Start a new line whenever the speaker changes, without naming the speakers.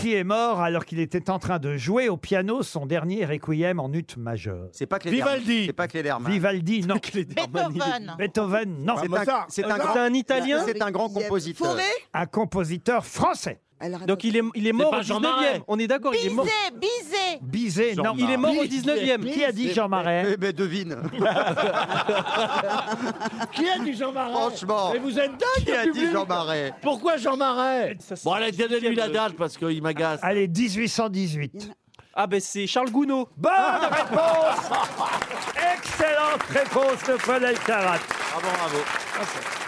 qui est mort alors qu'il était en train de jouer au piano son dernier requiem en ut majeure.
C'est pas
Vivaldi.
Vivaldi. C'est pas Cléderman.
Vivaldi, non.
Beethoven.
Beethoven, non.
C'est un- Mozart. c'est un grand-
C'est Italien
C'est un grand compositeur.
Fauré
Un compositeur français.
Donc il est, il est mort
pas
au 19
Jean Marais.
e On est d'accord, il est mort.
Bizet, Bizet.
Bizet,
Jean
non.
Marais.
Il est mort au
Bizet.
19e.
Qui a dit Jean Marais
Eh ben devine.
Qui a dit Jean Marais
Franchement.
Mais vous êtes dingue,
Qui
le
a dit
public
Jean Marais
Pourquoi Jean Marais
Bon, allez, donnez-lui
euh.
la date parce qu'il m'agace.
Allez, 1818.
Ah ben c'est Charles Gounod.
Bonne réponse Excellente réponse de Paul Elkarat.
Bravo, bravo.